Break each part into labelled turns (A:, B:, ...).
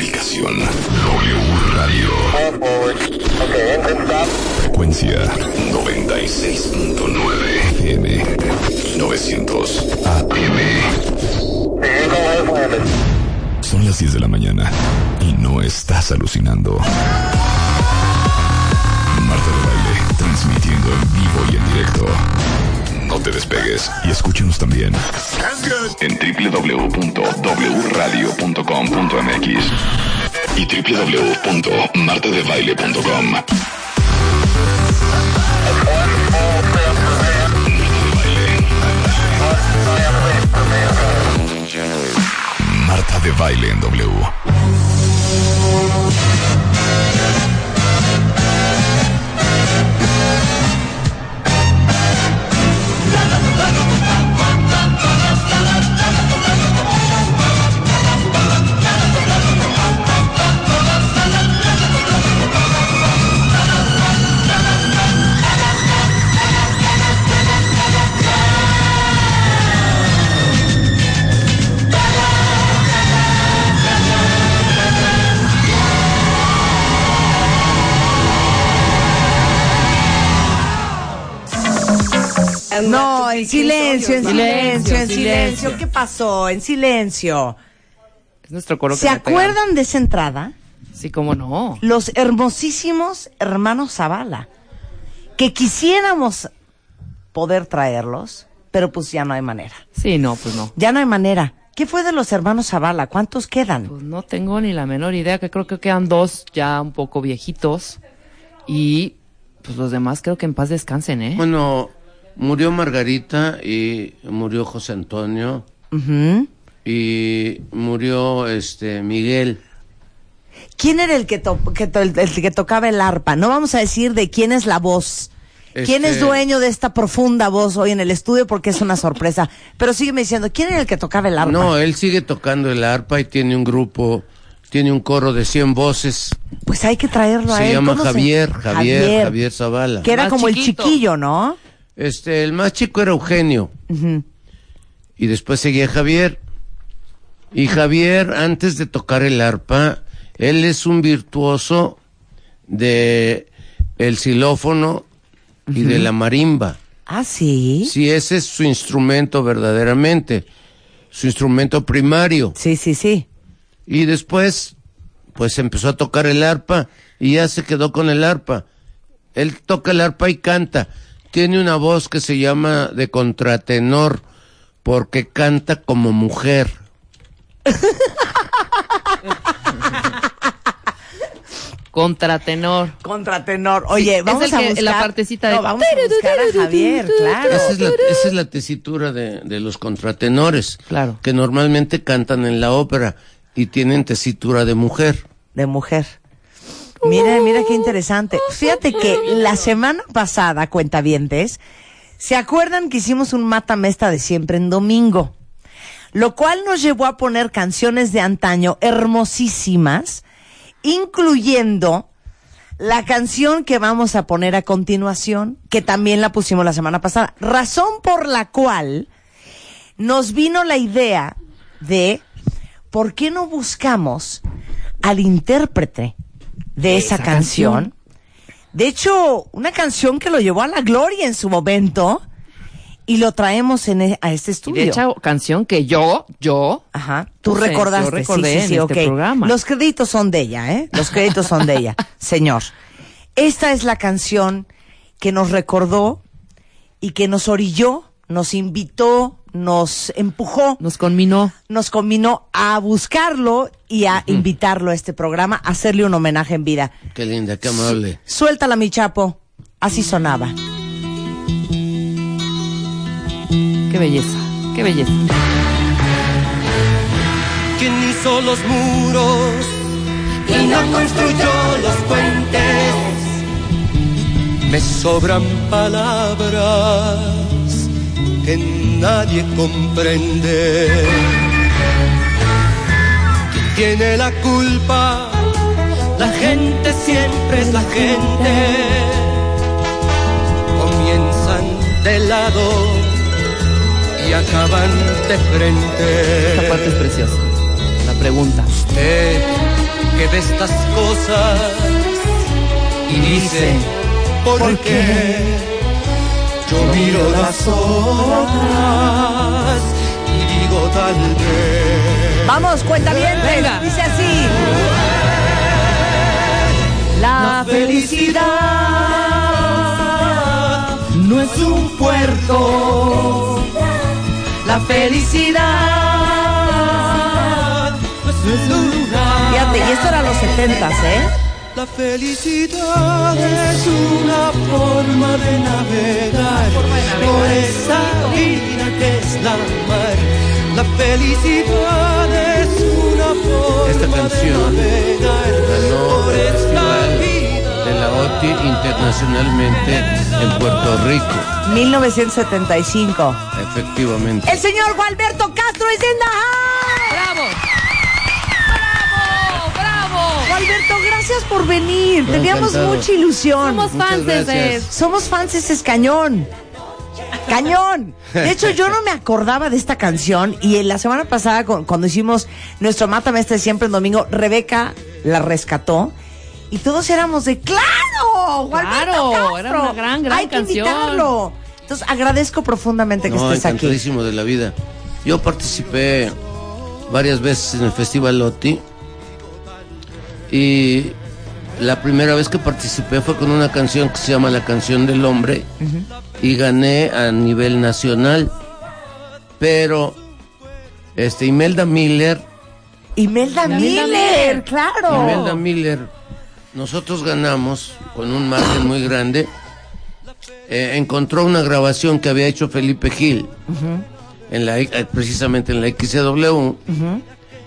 A: Estación W Radio. Frecuencia 96.9 FM 900 AM. Son las 10 de la mañana y no estás alucinando. Marta de Baile, transmitiendo en vivo y en directo. No te despegues y escúchanos también en www.wradio.com.mx y www.martadebaile.com. Marta de Baile. Marta de Baile en W.
B: No, en silencio, en silencio, en
C: ¿no? Silencio,
B: silencio.
C: silencio.
B: ¿Qué pasó? En silencio.
C: Es nuestro coro que
B: ¿Se
C: me pega.
B: acuerdan de esa entrada?
C: Sí, cómo no.
B: Los hermosísimos hermanos Zavala. Que quisiéramos poder traerlos, pero pues ya no hay manera.
C: Sí, no, pues no.
B: Ya no hay manera. ¿Qué fue de los hermanos Zavala? ¿Cuántos quedan?
C: Pues no tengo ni la menor idea, que creo que quedan dos ya un poco viejitos. Y pues los demás creo que en paz descansen, ¿eh?
D: Bueno, murió Margarita y murió José Antonio
B: Ujú.
D: y murió este Miguel.
B: ¿Quién era el que, to- que to- el, el que tocaba el arpa? No vamos a decir de quién es la voz. ¿Quién es
D: Este-
B: dueño de esta profunda voz hoy en el estudio? Porque es una sorpresa. Pero sígueme diciendo, ¿quién era el que tocaba el arpa?
D: No, él sigue tocando el arpa y tiene un grupo, tiene un coro de 100 voces.
B: Pues hay que traerlo a él.
D: Se llama
B: ¿Cómo se-
D: Javier, Javier, Javier, Zavala.
B: Que era
C: Más
B: como
C: chiquito.
B: el chiquillo, ¿no?
D: Este, el más chico era Eugenio. Y después seguía Javier. Y Javier, antes de tocar el arpa, él es un virtuoso de el xilófono y de la marimba.
B: Ah, sí.
D: Si ese es su instrumento verdaderamente, su instrumento primario.
B: Sí, sí, sí.
D: Y después, pues empezó a tocar el arpa y ya se quedó con el arpa. Él toca el arpa y canta. Tiene una voz que se llama de contratenor porque canta como mujer.
C: Contratenor.
B: Contratenor. Oye,
C: es
B: vamos
C: el
B: a
C: que-
B: buscar...
C: la partecita de-
B: No, vamos a buscar a Javier, claro.
D: Esa es la, esa es la tesitura de, de los contratenores.
C: Claro.
D: Que normalmente cantan en la ópera y tienen tesitura de mujer.
B: de mujer. Mira, mira qué interesante. Fíjate que la semana pasada, cuentavientes, ¿se acuerdan que hicimos un mata mesta de siempre en domingo? Lo cual nos llevó a poner canciones de antaño hermosísimas, incluyendo la canción que vamos a poner a continuación, que también la pusimos la semana pasada. Razón por la cual nos vino la idea de por qué no buscamos al intérprete de esa,
C: esa
B: canción.
C: canción.
B: De hecho, una canción que lo llevó a la gloria en su momento y lo traemos en e- a este
C: Y
B: estudio.
C: de hecho, canción que yo, yo,
B: Ajá, tú
C: No sé,
B: recordaste,
C: yo recordé
B: sí, sí, sí,
C: en este
B: ok.
C: programa.
B: Los créditos son de ella, ¿eh? Los créditos son de ella, señor. Esta es la canción que nos recordó y que nos orilló, nos invitó, nos empujó,
C: nos conminó.
B: nos combinó a buscarlo y a invitarlo a este programa, a hacerle un homenaje en vida.
D: Qué linda, qué amable.
B: Suéltala, mi chapo. Así sonaba.
C: Qué belleza, qué belleza.
E: quien hizo los muros y no construyó los puentes. Me sobran palabras que nadie comprende. ¿Quién tiene la culpa? La gente siempre es la gente. Comienzan de lado y acaban de frente.
C: Esta parte es preciosa. La pregunta.
E: Usted, que ve estas cosas y dice, ¿por, qué? Yo miro las horas y digo tal vez.
B: Vamos, cuenta bien, pues,
C: Venga.
B: dice así.
C: La felicidad no es un puerto. La felicidad
E: No es lugar.
B: Fíjate, y esto era los setentas, ¿eh?
E: La felicidad es una forma de navegar por esa vida que es la mar. La felicidad es una forma
D: Esta canción
E: de navegar
D: ganó
E: por
D: el
E: esta
D: Festival
E: vida.
D: de la OTI internacionalmente en Puerto Rico,
B: 1975.
D: efectivamente.
B: El señor Gualberto Castro es en la house.
C: ¡Bravo! ¡Bravo! ¡Bravo!
B: Gualberto, gracias por venir.
D: Yo
B: Teníamos
D: encantado.
B: mucha ilusión.
C: Somos
D: Muchas
C: fans de
D: gracias.
B: Somos fans ese es cañón. Cañón. De hecho, yo no me acordaba de esta canción y en la semana pasada cu- cuando hicimos nuestro Mátame este siempre el domingo, Rebeca la rescató y todos éramos de ¡Claro! Gualberto Castro!
C: era una gran, gran
B: Hay que
C: canción.
B: invitarlo. Entonces, agradezco profundamente que
D: No,
B: estés aquí.
D: encantadísimo de la vida. Yo participé varias veces en el Festival OTI y la primera vez que participé fue con una canción que se llama La canción del hombre y gané a nivel nacional. Pero este Imelda Miller,
B: Imelda
C: Imelda
B: Miller,
C: Miller.
B: claro.
D: Imelda Miller, nosotros ganamos con un margen muy grande. Eh, encontró una grabación que había hecho Felipe Gil, en la, eh, precisamente en la XW,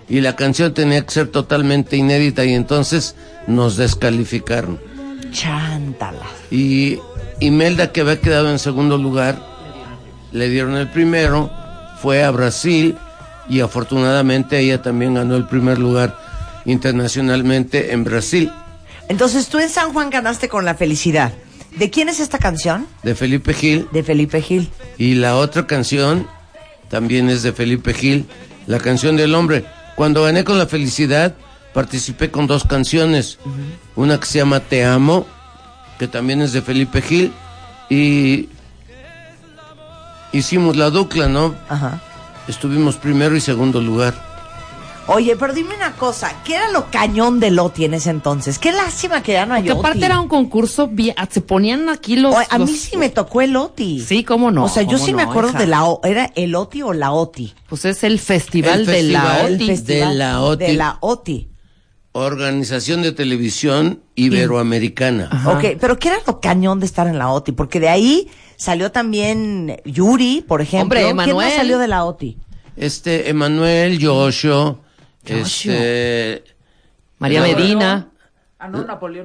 D: y la canción tenía que ser totalmente inédita y entonces nos descalificaron.
B: Chántala.
D: Y Imelda, que había quedado en segundo lugar, le dieron el primero, fue a Brasil y afortunadamente ella también ganó el primer lugar internacionalmente en Brasil,
B: Entonces, tú en San Juan ganaste con la felicidad. ¿De quién es esta canción?
D: de Felipe Gil.
B: De Felipe Gil.
D: Y la otra canción también es de Felipe Gil, la canción del hombre. Cuando gané con la felicidad, participé con dos canciones. Una que se llama Te Amo, que también es de Felipe Gil, y hicimos la dupla, ¿no?
B: Ajá.
D: Estuvimos primero y segundo lugar.
B: Oye, pero dime una cosa, ¿qué era lo cañón de Loti en ese entonces? Qué lástima que ya no hay
C: Que aparte
B: Oti.
C: era un concurso, bien- se ponían aquí los...
B: Oye, a mí
C: los-
B: sí me tocó el Loti.
C: Sí, cómo no,
B: O sea, yo
C: cómo
B: sí me
C: no,
B: acuerdo
C: hija.
B: de la O. ¿Era el Oti o la Oti?
C: Pues es el festival,
D: El
C: de
D: festival.
C: la OTI.
D: El festival. De la Oti.
B: De la Oti.
D: Organización de Televisión Iberoamericana.
B: Ok, pero ¿qué era lo cañón de estar en la Oti? Porque de ahí salió también Yuri, por ejemplo.
C: Hombre,
B: ¿Quién más
C: Emanuel.
B: salió de la Oti?
D: Este, Emanuel, Yoshio, este...
C: María
D: Laura-
C: Medina.
F: Ah,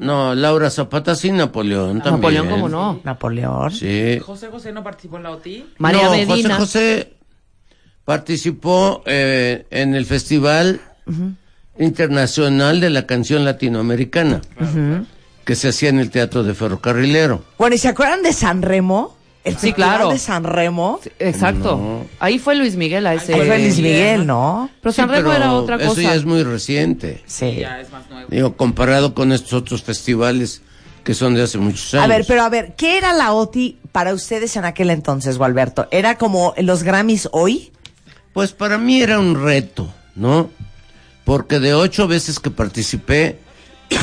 D: No, Laura Zapata sin Napoleón también.
C: Ah, Napoleón, cómo no.
B: Napoleón.
D: Sí.
F: José José no participó en la OTI.
C: María
D: No,
C: Medina.
D: José José participó eh, en el Festival Internacional de la Canción Latinoamericana, que se hacía en el Teatro de Ferrocarrilero.
B: Bueno, ¿y se acuerdan de San Remo? El
C: Sí,
B: festival
C: claro.
B: de San Remo.
C: Exacto. Ahí fue Luis Miguel a ese.
B: Ahí fue Luis Miguel, ¿no?
C: Pero San
D: Sí,
C: Remo
D: pero
C: era otra
D: Eso ya
C: cosa.
D: es muy reciente.
B: Sí.
F: Ya es más nuevo.
D: Digo, comparado con estos otros festivales que son de hace muchos años.
B: A ver, pero a ver, ¿qué era la OTI para ustedes en aquel entonces, Gualberto? ¿Era como los Grammys hoy?
D: Pues para mí era un reto, ¿no? Porque de ocho veces que participé,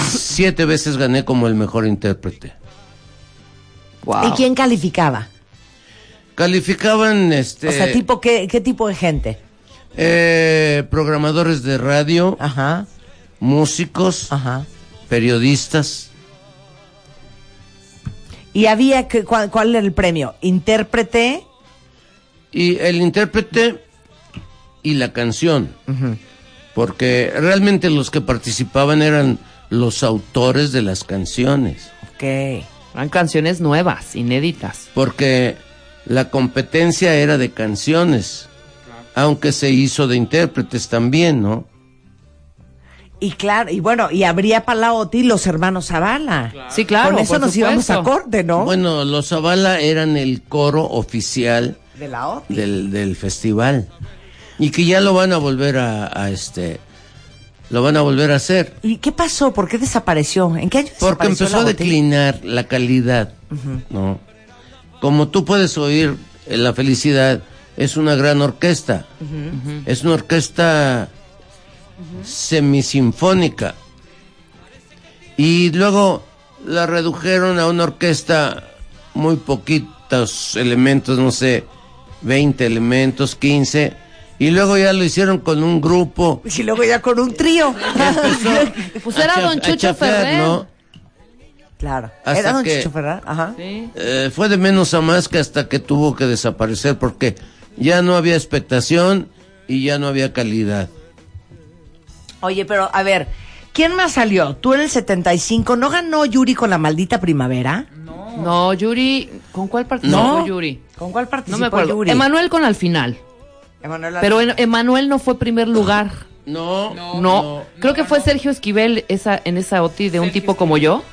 D: siete veces gané como el mejor intérprete.
C: Wow. Ah.
B: ¿Y quién calificaba?
D: Calificaban, este,
B: o sea, tipo, ¿qué, qué tipo de gente?
D: eh, programadores de radio,
B: Ajá,
D: músicos,
B: ajá.
D: periodistas.
B: ¿Y había, que, cuál, cuál era el premio? ¿Intérprete?
D: y el intérprete y la canción. Porque realmente los que participaban eran los autores de las canciones.
B: Ok.
C: Eran canciones nuevas, inéditas.
D: Porque la competencia era de canciones. Aunque se hizo de intérpretes también, ¿no?
B: Y claro, y bueno, y habría para la OTI los hermanos Zavala.
C: Sí, claro.
B: Con eso
C: por
B: nos íbamos a
C: supuesto.
B: corte, ¿no?
D: Bueno, los Zavala eran el coro oficial
B: de la OTI.
D: del, del festival. Y que ya lo van a volver a, a este lo van a volver a hacer.
B: ¿Y qué pasó? ¿Por qué desapareció? ¿En qué año
D: Porque
B: desapareció
D: empezó
B: la
D: a
B: botella?
D: declinar la calidad, ¿no? Como tú puedes oír, eh, La Felicidad es una gran orquesta. Es una orquesta semisinfónica. Y luego la redujeron a una orquesta muy poquitos elementos, no sé, 20 elementos, 15. Y luego ya lo hicieron con un grupo.
B: Y luego ya con un trío.
G: Pues era
D: a
G: Don
D: a
G: Chucho Ferrer.
D: ¿no?
B: claro.
D: Hasta
B: Era don
D: que-
B: Chicho Ferrar. Ajá.
C: Sí.
D: Eh, fue de menos a más que hasta que tuvo que desaparecer porque ya no había expectación y ya no había calidad.
B: Oye, pero a ver, ¿quién más salió? Tú en el 75, ¿no ganó Yuri con la maldita primavera?
C: No, Yuri, ¿con cuál participó Yuri?
B: ¿Con cuál participó
C: No me acuerdo.
B: Yuri?
C: Emanuel con al final.
B: Emanuel
C: Pero en- Emanuel no fue primer lugar.
D: No,
C: No. Creo que fue Sergio Esquivel esa, en esa OTI de un tipo como yo.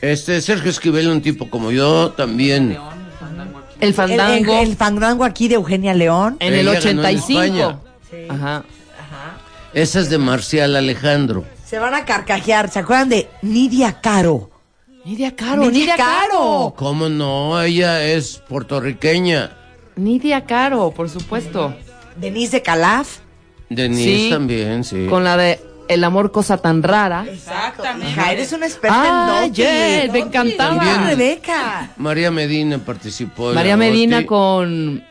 D: Este Sergio Esquivel, un tipo como yo, también.
C: El
B: el, el,
C: Fandango.
B: el fandango aquí de Eugenia León.
C: en el
D: Ella ganó en
C: 85.
D: España.
C: Ajá.
D: Esa es de Marcial Alejandro.
B: Se van a carcajear. ¿Se acuerdan de Nidia Caro?
C: Nidia Caro. Nidia
B: Nidia
C: Caro.
D: ¿Cómo no? Ella es puertorriqueña.
C: Nidia Caro, por supuesto.
B: Denise de Calaf.
D: Denise
C: Sí.
D: también, sí.
C: Con la de El amor, cosa tan rara.
F: Exactamente.
B: Hija, eres una experta
C: Ah,
B: en Noti.
C: yeah, me
B: Ah,
C: encantaba.
B: Rebeca.
D: María Medina participó. en
C: María
D: la
C: Medina
D: OTI,
C: con.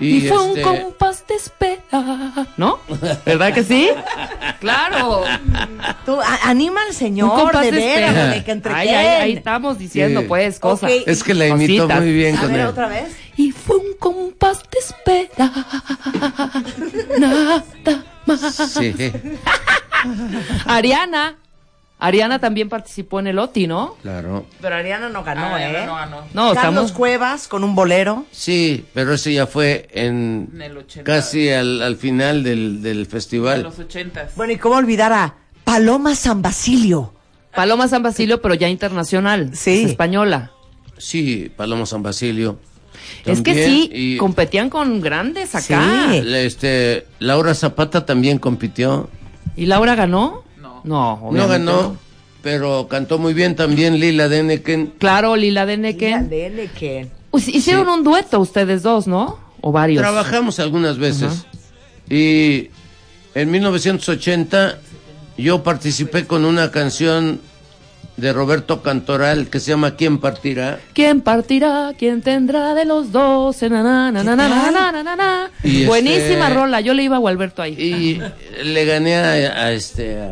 D: y
G: Y fue un
D: este,
G: compás de espera.
C: ¿No? ¿Verdad que sí? ¡Claro!
B: Tú, a- anima al
C: Un
B: señor,
C: compás
B: de
C: de
B: veras,
D: espera.
B: Rebeca, entre
C: Ahí,
B: quién.
C: ahí, ahí estamos diciendo,
D: Sí.
C: pues, cosas.
B: Ok.
D: Es que la imitó
C: Cositas.
D: muy bien
B: A
D: con
B: ver,
D: él.
B: otra vez.
G: Y fue un compás de espera. Nada más.
D: Sí,
C: Ariana. Ariana también participó en el OTI, ¿no?
D: claro.
B: Pero Ariana no ganó,
F: Ah,
B: ¿eh?
F: no, no, no.
C: No,
B: Carlos
C: estamos.
B: Cuevas con un bolero.
D: Sí, pero ese ya fue en,
F: En el 80.
D: casi al, al final del, del
F: En
D: festival.
F: los ochentas.
B: Bueno, ¿y cómo olvidar a Paloma San Basilio?
C: Paloma San Basilio, pero ya internacional.
B: Sí.
C: Es española.
D: Sí, Paloma San Basilio.
C: es que
D: También,
C: sí,
D: y-
C: competían con grandes acá.
B: Sí.
D: La- Este, Laura Zapata también compitió.
C: ¿Y Laura ganó?
F: No.
C: No,
D: no
C: obviamente
D: ganó,
C: no.
D: pero cantó muy bien también Lila Deneken.
C: Claro, Lila Deneken.
B: Dale, que-
C: Us- Hicieron un dueto ustedes dos, ¿no? O varios.
D: Trabajamos algunas veces. Y en 1980 yo participé con una canción de Roberto Cantoral que se llama ¿Quién partirá?
C: ¿Quién partirá? ¿Quién tendrá de los dos? Na, na, na, na, na, na, na, na, na, na.
D: Y este-
C: Buenísima rola. Yo le iba a Gualberto ahí.
D: Y le gané a, a este a,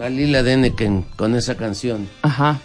D: a Lila Deneken con esa canción.
C: Ajá.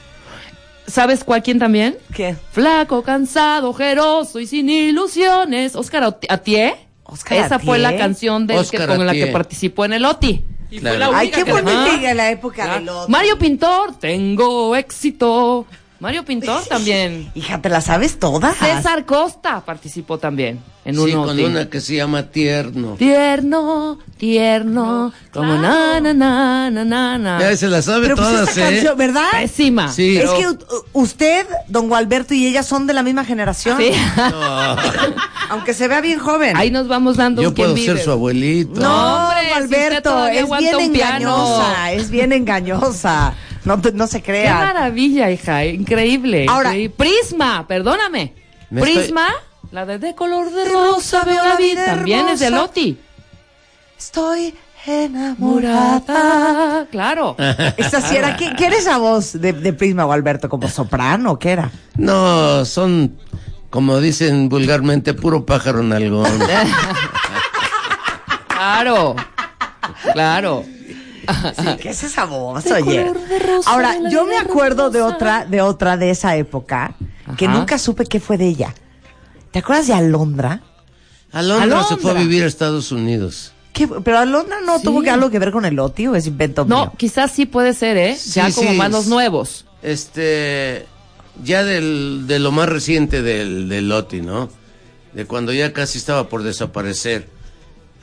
C: ¿Sabes cuál quién también?
B: ¿Qué?
C: Flaco, cansado, ojeroso y sin ilusiones. Oscar Ati- Atié.
B: Oscar
C: Esa
B: Atié.
C: fue la canción del que,
D: Oscar
C: con la que
D: Atié.
C: participó en el OTI.
F: Y
D: Claro.
F: fue la única
B: Ay, qué
F: que
C: bueno.
B: bonita
C: Ajá.
B: era la época del otro.
C: Mario Pintor, tengo éxito. Mario Pintor también.
B: Hija, ¿te la sabes todas?
C: César Costa participó también en un
D: Sí, con
C: OTI.
D: una que se llama Tierno.
C: Tierno, tierno, como na, na, na, na, na, na.
D: Ya se la sabe
B: Pero pues
D: todas,
B: esta
D: ¿eh?
B: canción, ¿verdad?
C: Pésima.
D: Sí.
B: Es
D: pero-
B: que u- usted, don Gualberto y ella son de la misma generación.
C: Sí.
D: No,
B: Aunque se vea bien joven.
C: Ahí nos vamos dando
D: yo
C: un quién
D: puedo
C: vive.
D: ser su abuelito.
B: no,
C: hombre, si usted
B: Gualberto,
C: todavía
B: es bien
C: aguanta un piano.
B: engañosa, es bien engañosa. No, te- no se
C: Qué
B: crea.
C: maravilla, hija, increíble.
B: Ahora-
C: increíble. Prisma, perdóname.
D: Me
C: Prisma, la de de color de rosa veo la vida, también es de
B: hermosa.
C: Loti.
B: Estoy enamorada.
C: Morada, claro.
B: Esta sí era. ¿Qué, qué era esa voz de, de Prisma Gualberto? ¿Como soprano? ¿Qué era?
D: No, son, como dicen vulgarmente, puro pájaro nalgón.
C: Claro. Claro.
B: Sí, ¿Qué es esa voz,
G: De
B: oye?
G: color de rosa,
B: Ahora,
G: la vida
B: yo me acuerdo de
G: hermosa.
B: otra, de otra de esa época, que
C: Ajá.
B: nunca supe qué fue de ella. ¿Te acuerdas de Alondra?
D: Alondra, se fue a
C: Alondra.
D: vivir a Estados Unidos.
B: ¿Qué- pero Alondra no tuvo que algo que ver con el Oti o es invento
C: No,
B: mío.
C: quizás sí puede ser, ¿eh?
D: Sí,
C: ya como
D: sí.
C: más los nuevos.
D: Este, ya del, de lo más reciente del, del Loti, ¿no? De cuando ya casi estaba por desaparecer.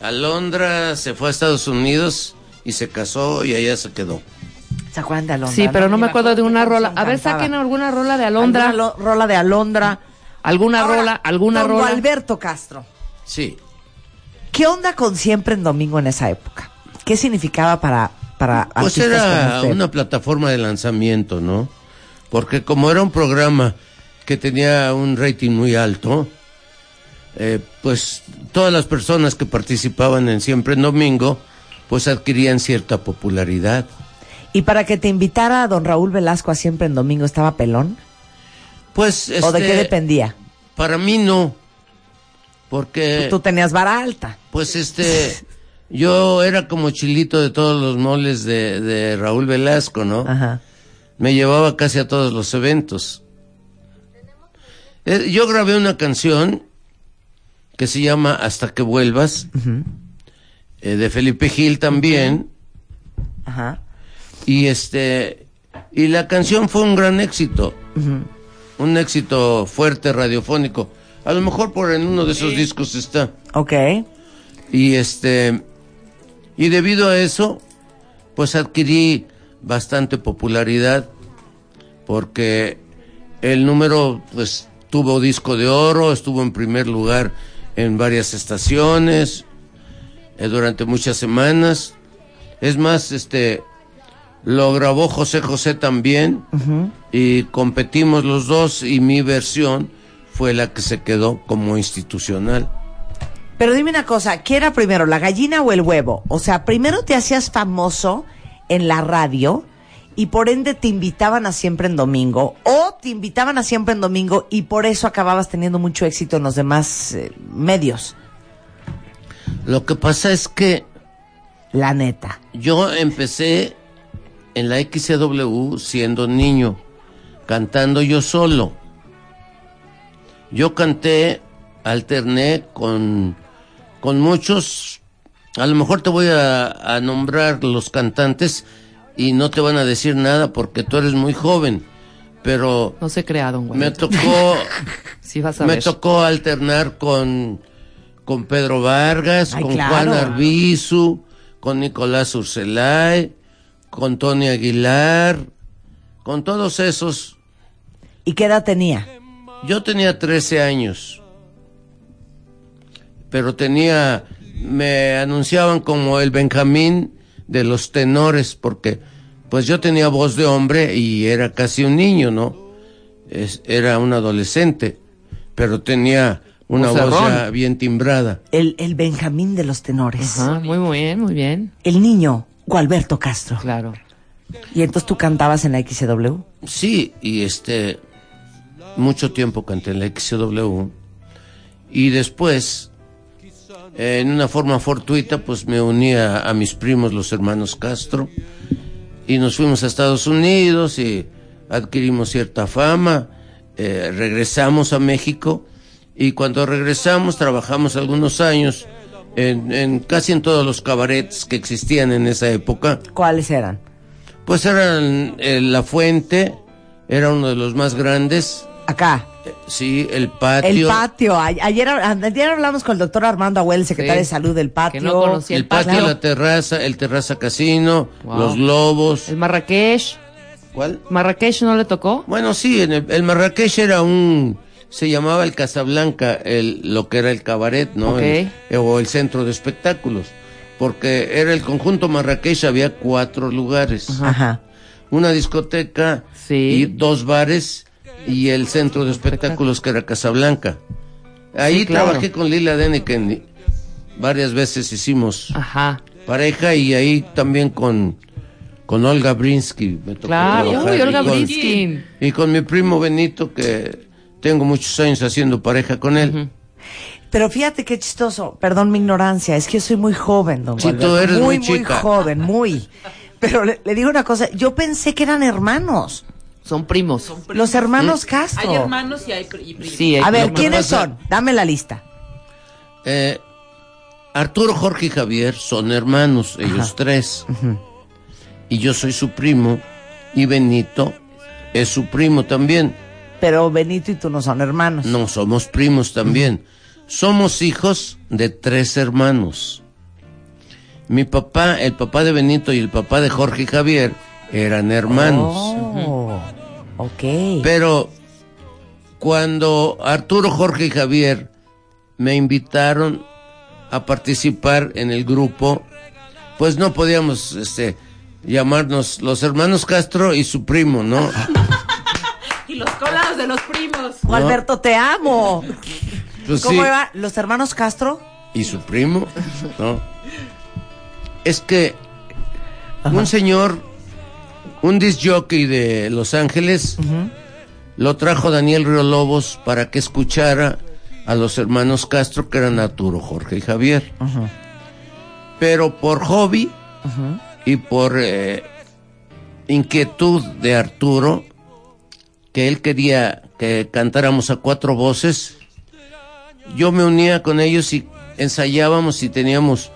D: Alondra se fue a Estados Unidos y se casó y allá se quedó.
B: ¿Se acuerdan de Alondra?
C: Sí, pero no
F: ni
C: me
F: me
C: acuerdo de
F: acuerdo
C: una
F: qué
C: rola.
B: canción
C: A ver,
B: cantaba.
C: saquen alguna rola de Alondra.
B: Alguna lo- rola de Alondra.
C: Alguna
B: Ahora,
C: rola, alguna
B: don
C: rola.
B: Alberto Castro.
D: Sí.
B: ¿Qué onda con siempre en domingo en esa época? ¿Qué significaba para para
D: Pues
B: artistas como
D: era
B: usted?
D: una plataforma de lanzamiento, ¿no? Porque como era un programa que tenía un rating muy alto, eh, pues todas las personas que participaban en Siempre en Domingo, pues adquirían cierta popularidad.
B: Y para que te invitara a don Raúl Velasco a siempre en domingo, ¿estaba pelón?
D: Pues,
B: ¿O de qué
D: este,
B: dependía?
D: Para mí no, porque
B: Tú tenías vara alta.
D: pues este, yo era como chilito de todos los moles de, de Raúl Velasco, ¿no?
B: Ajá.
D: me llevaba casi a todos los eventos. Eh, yo grabé una canción que se llama Hasta que vuelvas, eh, de Felipe Gil también,
B: Ajá.
D: y este y la canción fue un gran éxito, un éxito fuerte radiofónico. A lo mejor por en uno de esos discos está.
B: Ok.
D: Y este y debido a eso, pues adquirí bastante popularidad porque el número pues tuvo disco de oro, estuvo en primer lugar en varias estaciones eh, durante muchas semanas. Es más, este lo grabó José José también y competimos los dos y mi versión fue la que se quedó como institucional.
B: Pero dime una cosa, ¿qué era primero, la gallina o el huevo? O sea, primero te hacías famoso en la radio y por ende te invitaban a siempre en domingo o te invitaban a siempre en domingo y por eso acababas teniendo mucho éxito en los demás eh, medios.
D: Lo que pasa es que
B: La neta.
D: yo empecé en la XCW siendo niño, cantando yo solo. Yo canté, alterné con, con muchos, a lo mejor te voy a, a nombrar los cantantes y no te van a decir nada porque tú eres muy joven, pero
C: No se crea, don
D: me
C: Juan.
D: tocó
C: Sí vas a
D: me
C: ver.
D: tocó alternar con, con Pedro Vargas,
B: Ay,
D: con
B: claro.
D: Juan Arbizu, con Nicolás Urselay, con Tony Aguilar, con todos esos.
B: ¿Y qué edad tenía?
D: Yo tenía 13 años, pero tenía, me anunciaban como el Benjamín de los tenores, porque pues yo tenía voz de hombre y era casi un niño, ¿no? Es- era un adolescente, pero tenía una voz
C: Vocerrón.
D: ya bien timbrada.
B: El, el Benjamín de los tenores.
C: Ajá, muy bien, muy bien.
B: El niño, Gualberto Castro.
C: Claro.
B: Y entonces tú cantabas en la XW.
D: Sí, y este, mucho tiempo canté en la XW. Y después, eh, en una forma fortuita, pues me uní a, a mis primos, los hermanos Castro, y nos fuimos a Estados Unidos y adquirimos cierta fama. eh, regresamos a México y cuando regresamos trabajamos algunos años en, en casi en todos los cabarets que existían en esa época.
B: ¿Cuáles eran?
D: Pues eran eh, La Fuente, era uno de los más grandes.
B: Acá.
D: eh, Sí, el patio.
B: El patio. Ay- Ayer, ayer hablamos con el doctor Armando Agüel, el secretario
C: Sí.
B: de salud del patio.
C: Que no conocía. Sí,
D: el
C: el patio.
D: patio, la terraza, el terraza casino,
C: Wow.
D: los globos.
C: El Marrakech.
D: ¿Cuál?
C: ¿Marrakech no le tocó?
D: Bueno, sí, en el, el Marrakech era un. Se llamaba el Casablanca, el, lo que era el cabaret, ¿no?
C: Ok.
D: El- eh, o el centro de espectáculos. Porque era el conjunto Marrakech, había cuatro lugares.
B: Ajá.
D: una discoteca
C: Sí.
D: y dos bares y el centro de espectáculos que era Casablanca. Ahí
C: Sí, claro.
D: trabajé con Lila Denneken y varias veces hicimos
C: Ajá.
D: pareja y ahí también con, con Olga Brinsky. me tocó
C: Claro.
D: trabajar
C: Uy,
D: y
C: Olga
D: con-
C: Brinskin.
D: Y con mi primo Benito que tengo muchos años haciendo pareja con él.
B: Pero fíjate qué chistoso. Perdón mi ignorancia. Es que yo soy muy joven, don
D: Sí, tú
B: Gualberto.
D: eres
B: muy,
D: muy chica.
B: muy joven, muy. Pero le, le digo una cosa. Yo pensé que eran hermanos.
C: Son primos.
B: Los hermanos Castro.
F: Hay hermanos y hay pri- y primos.
C: Sí, hay
B: A ver,
D: Lo que
B: ¿quiénes
D: pasa-
B: son? Dame la lista.
D: Eh, Arturo, Jorge y Javier son hermanos, ellos tres. Y yo soy su primo y Benito es su primo también.
B: Pero Benito y tú no son hermanos.
D: No, somos primos también. Somos hijos de tres hermanos. Mi papá, el papá de Benito y el papá de Jorge y Javier eran hermanos.
B: Oh, ok.
D: Pero cuando Arturo, Jorge y Javier me invitaron a participar en el grupo, pues no podíamos este, llamarnos los hermanos Castro y su primo, ¿no?
F: Y los colados de los primos.
B: Oh, Alberto, te amo.
D: Pues
B: ¿Cómo
D: sí,
B: iba? ¿Los hermanos Castro?
D: y su primo, ¿no? Es que un señor, un disc jockey de Los Ángeles, lo trajo Daniel Río Lobos para que escuchara a los hermanos Castro, que eran Arturo, Jorge y Javier. Pero por hobby y por eh, inquietud de Arturo, que él quería que cantáramos a cuatro voces, yo me unía con ellos y ensayábamos y teníamos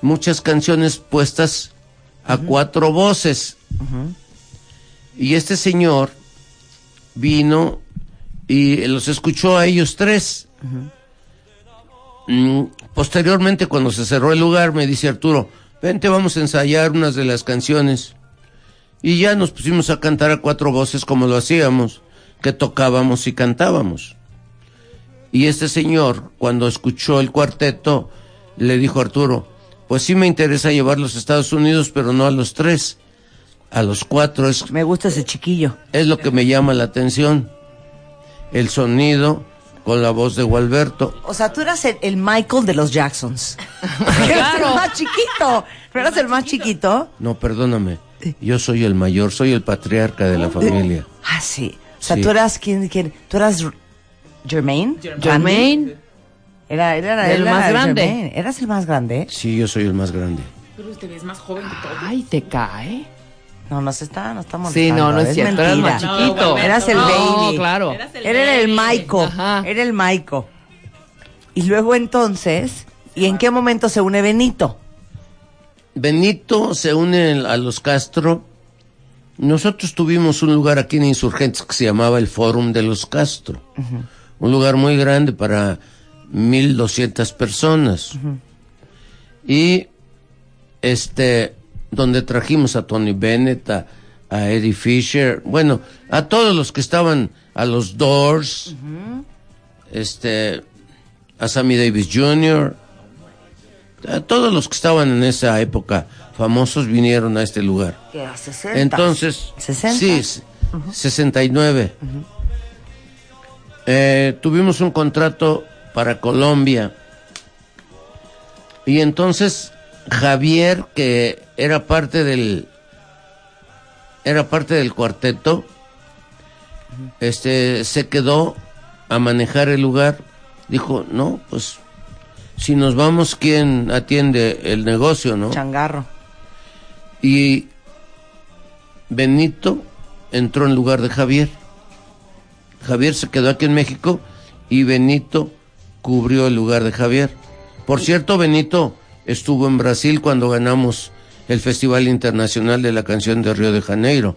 D: muchas canciones puestas a cuatro voces. Y este señor vino y los escuchó a ellos tres. Mm, posteriormente, cuando se cerró el lugar, me dice Arturo, vente, vamos a ensayar unas de las canciones. Y ya nos pusimos a cantar a cuatro voces como lo hacíamos, que tocábamos y cantábamos. Y este señor, cuando escuchó el cuarteto, le dijo a Arturo, pues sí me interesa llevarlos a Estados Unidos, pero no a los tres, a los cuatro. Es,
B: Me gusta ese chiquillo.
D: es lo que me llama la atención. El sonido con la voz de Gualberto.
B: O sea, tú eras el, el Michael de los Jacksons. Eras el más chiquito. ¿No eras el más chiquito?
D: No, perdóname. Yo soy el mayor, soy el patriarca de la familia.
B: Ah, sí. O sea,
D: Sí.
B: tú eras quién, quién, tú eras R- Jermaine. Andy.
C: Germain,
B: Era, era, era-
C: El
B: era
C: más grande.
B: Jermaine. Eras el más grande.
D: Sí, yo soy el más grande.
F: Pero usted es más joven que todo.
C: ay, te cae.
B: No, nos está, nos estamos.
C: Sí, no, no es cierto, eras
B: Mentira.
C: más chiquito.
F: No,
B: eras el
F: no,
B: baby.
C: claro.
F: Eras el
B: Era el
F: baby.
B: Maico.
C: Ajá.
B: Era el Maico. Y luego entonces, ¿y en qué momento se une Benito?
D: Benito se une a los Castro. Nosotros tuvimos un lugar aquí en Insurgentes que se llamaba el Fórum de los Castro. Un lugar muy grande para 1200 personas. Y este donde trajimos a Tony Bennett, a, a Eddie Fisher, bueno, a todos los que estaban a los Doors, este a Sammy Davis Jr., a todos los que estaban en esa época famosos vinieron a este lugar.
B: Que era 60.
D: Entonces,
B: 60.
D: sí, s- 69. Eh, tuvimos un contrato para Colombia. Y entonces Javier, que era parte del era parte del cuarteto, este se quedó a manejar el lugar. Dijo, "No, pues si nos vamos quién atiende el negocio, ¿no?"
B: Changarro.
D: Y Benito entró en lugar de Javier. Javier se quedó aquí en México y Benito cubrió el lugar de Javier. Por cierto, Benito estuvo en Brasil cuando ganamos el Festival Internacional de la Canción de Río de Janeiro,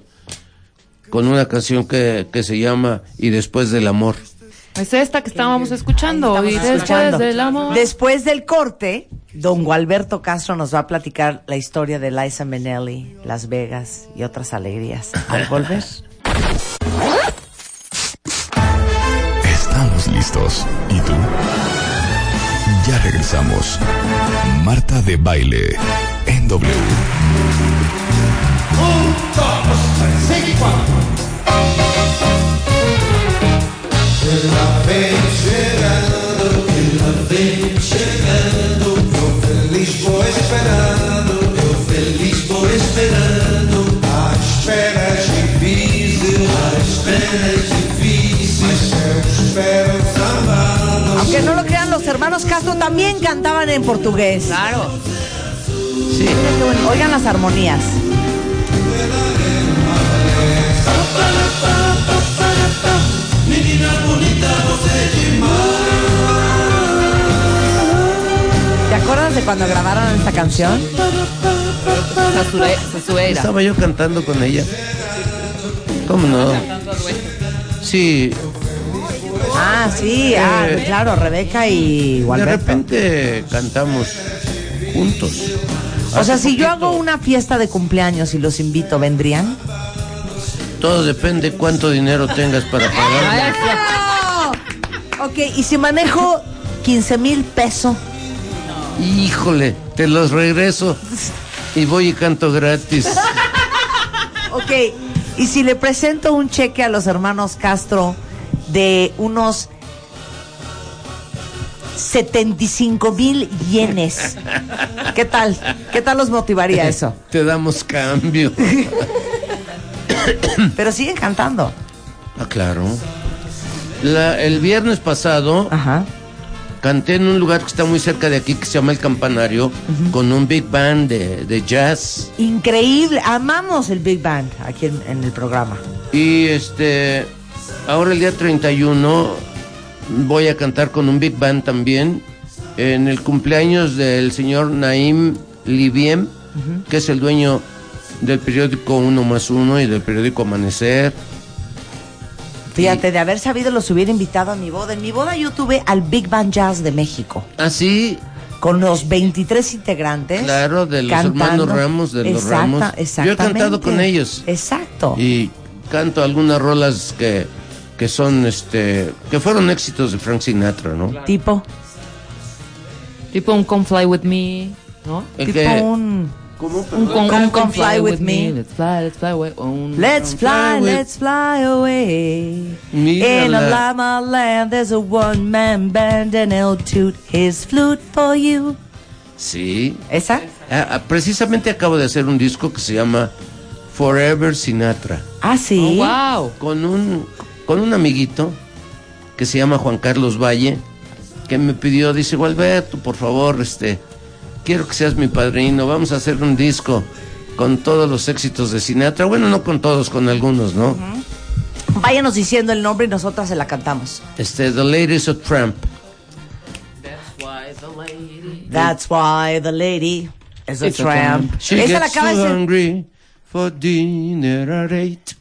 D: con una canción que, que se llama Y después del amor.
C: Es esta que estábamos escuchando.
B: Estamos
C: y después
B: escuchando.
C: del amor.
B: Después del corte, don Gualberto Castro nos va a platicar la historia de Liza Minnelli, Las Vegas y otras alegrías. Al volver.
A: Estamos listos. ¿Y tú? Ya regresamos. Marta de baile en W.
B: Aunque no lo crean, los hermanos Castro también cantaban en portugués.
C: Claro.
D: Sí.
B: Miren qué bonito. Oigan las armonías. ¿Te acuerdas de cuando grabaron esta canción?
C: Sasure- Sasueira.
D: Estaba yo cantando con ella. ¿Cómo no? Sí,
B: Ah, sí, ah, claro, Rebeca y
D: Eh, de
B: Gualberto.
D: repente cantamos juntos.
B: O sea,
D: Hace
B: si yo
D: poquito,
B: hago una fiesta de cumpleaños y los invito, ¿vendrían?
D: Todo depende cuánto dinero tengas para pagar.
B: Ok, y si manejo 15 mil pesos.
D: Híjole, te los regreso. Y voy y canto gratis.
B: Ok, y si le presento un cheque a los hermanos Castro de unos 75 mil yenes, ¿qué tal? ¿Qué tal los motivaría eso?
D: Te damos cambio.
B: Pero siguen cantando.
D: Ah, claro. La- el viernes pasado
B: Ajá.
D: canté en un lugar que está muy cerca de aquí que se llama El Campanario con un big band de, de jazz.
B: Increíble, amamos el Big Bang aquí en, en el programa.
D: Y este, ahora el día 31 voy a cantar con un big band también en el cumpleaños del señor Naim Liviem, que es el dueño del periódico Uno más Uno y del periódico Amanecer.
B: Fíjate, de haber sabido los hubiera invitado a mi boda. En mi boda yo tuve al Big Band Jazz de México,
D: Así,
B: con los 23 integrantes.
D: Claro, de los hermanos Ramos, de los
B: Exacta-
D: Ramos. Yo he
B: exactamente.
D: cantado con ellos.
B: Exacto.
D: y canto algunas rolas que, que son este que fueron éxitos de Frank Sinatra, ¿no?
B: Tipo,
C: Tipo un Come Fly With Me, ¿no?
D: El
B: tipo
D: que-
B: un...
D: ¿Cómo?
C: Un con-
B: Come,
C: un
B: come fly with me.
C: Let's fly, let's fly away. o un- Oh,
B: Let's
C: un-
B: fly,
D: fly with-
B: let's fly away.
D: Mírala.
B: In a llama land, there's a one man band and he'll toot his flute for you.
D: Sí.
B: ¿Esa?
D: Ah, ah, precisamente acabo de hacer un disco que se llama Forever Sinatra
B: Ah, sí.
C: Oh, wow.
D: con un con un amiguito que se llama Juan Carlos Valle que me pidió dice Gualberto por favor este quiero que seas mi padrino vamos a hacer un disco con todos los éxitos de Sinatra bueno no con todos con algunos no
B: Váyanos diciendo el nombre y nosotras se la cantamos.
D: este The Ladies of Trump
B: That's why the lady is a
C: It's a
B: tramp.
D: She
B: Esa la
D: gets
B: acaba de
D: so
B: ser-
D: hungry for dinner at eight.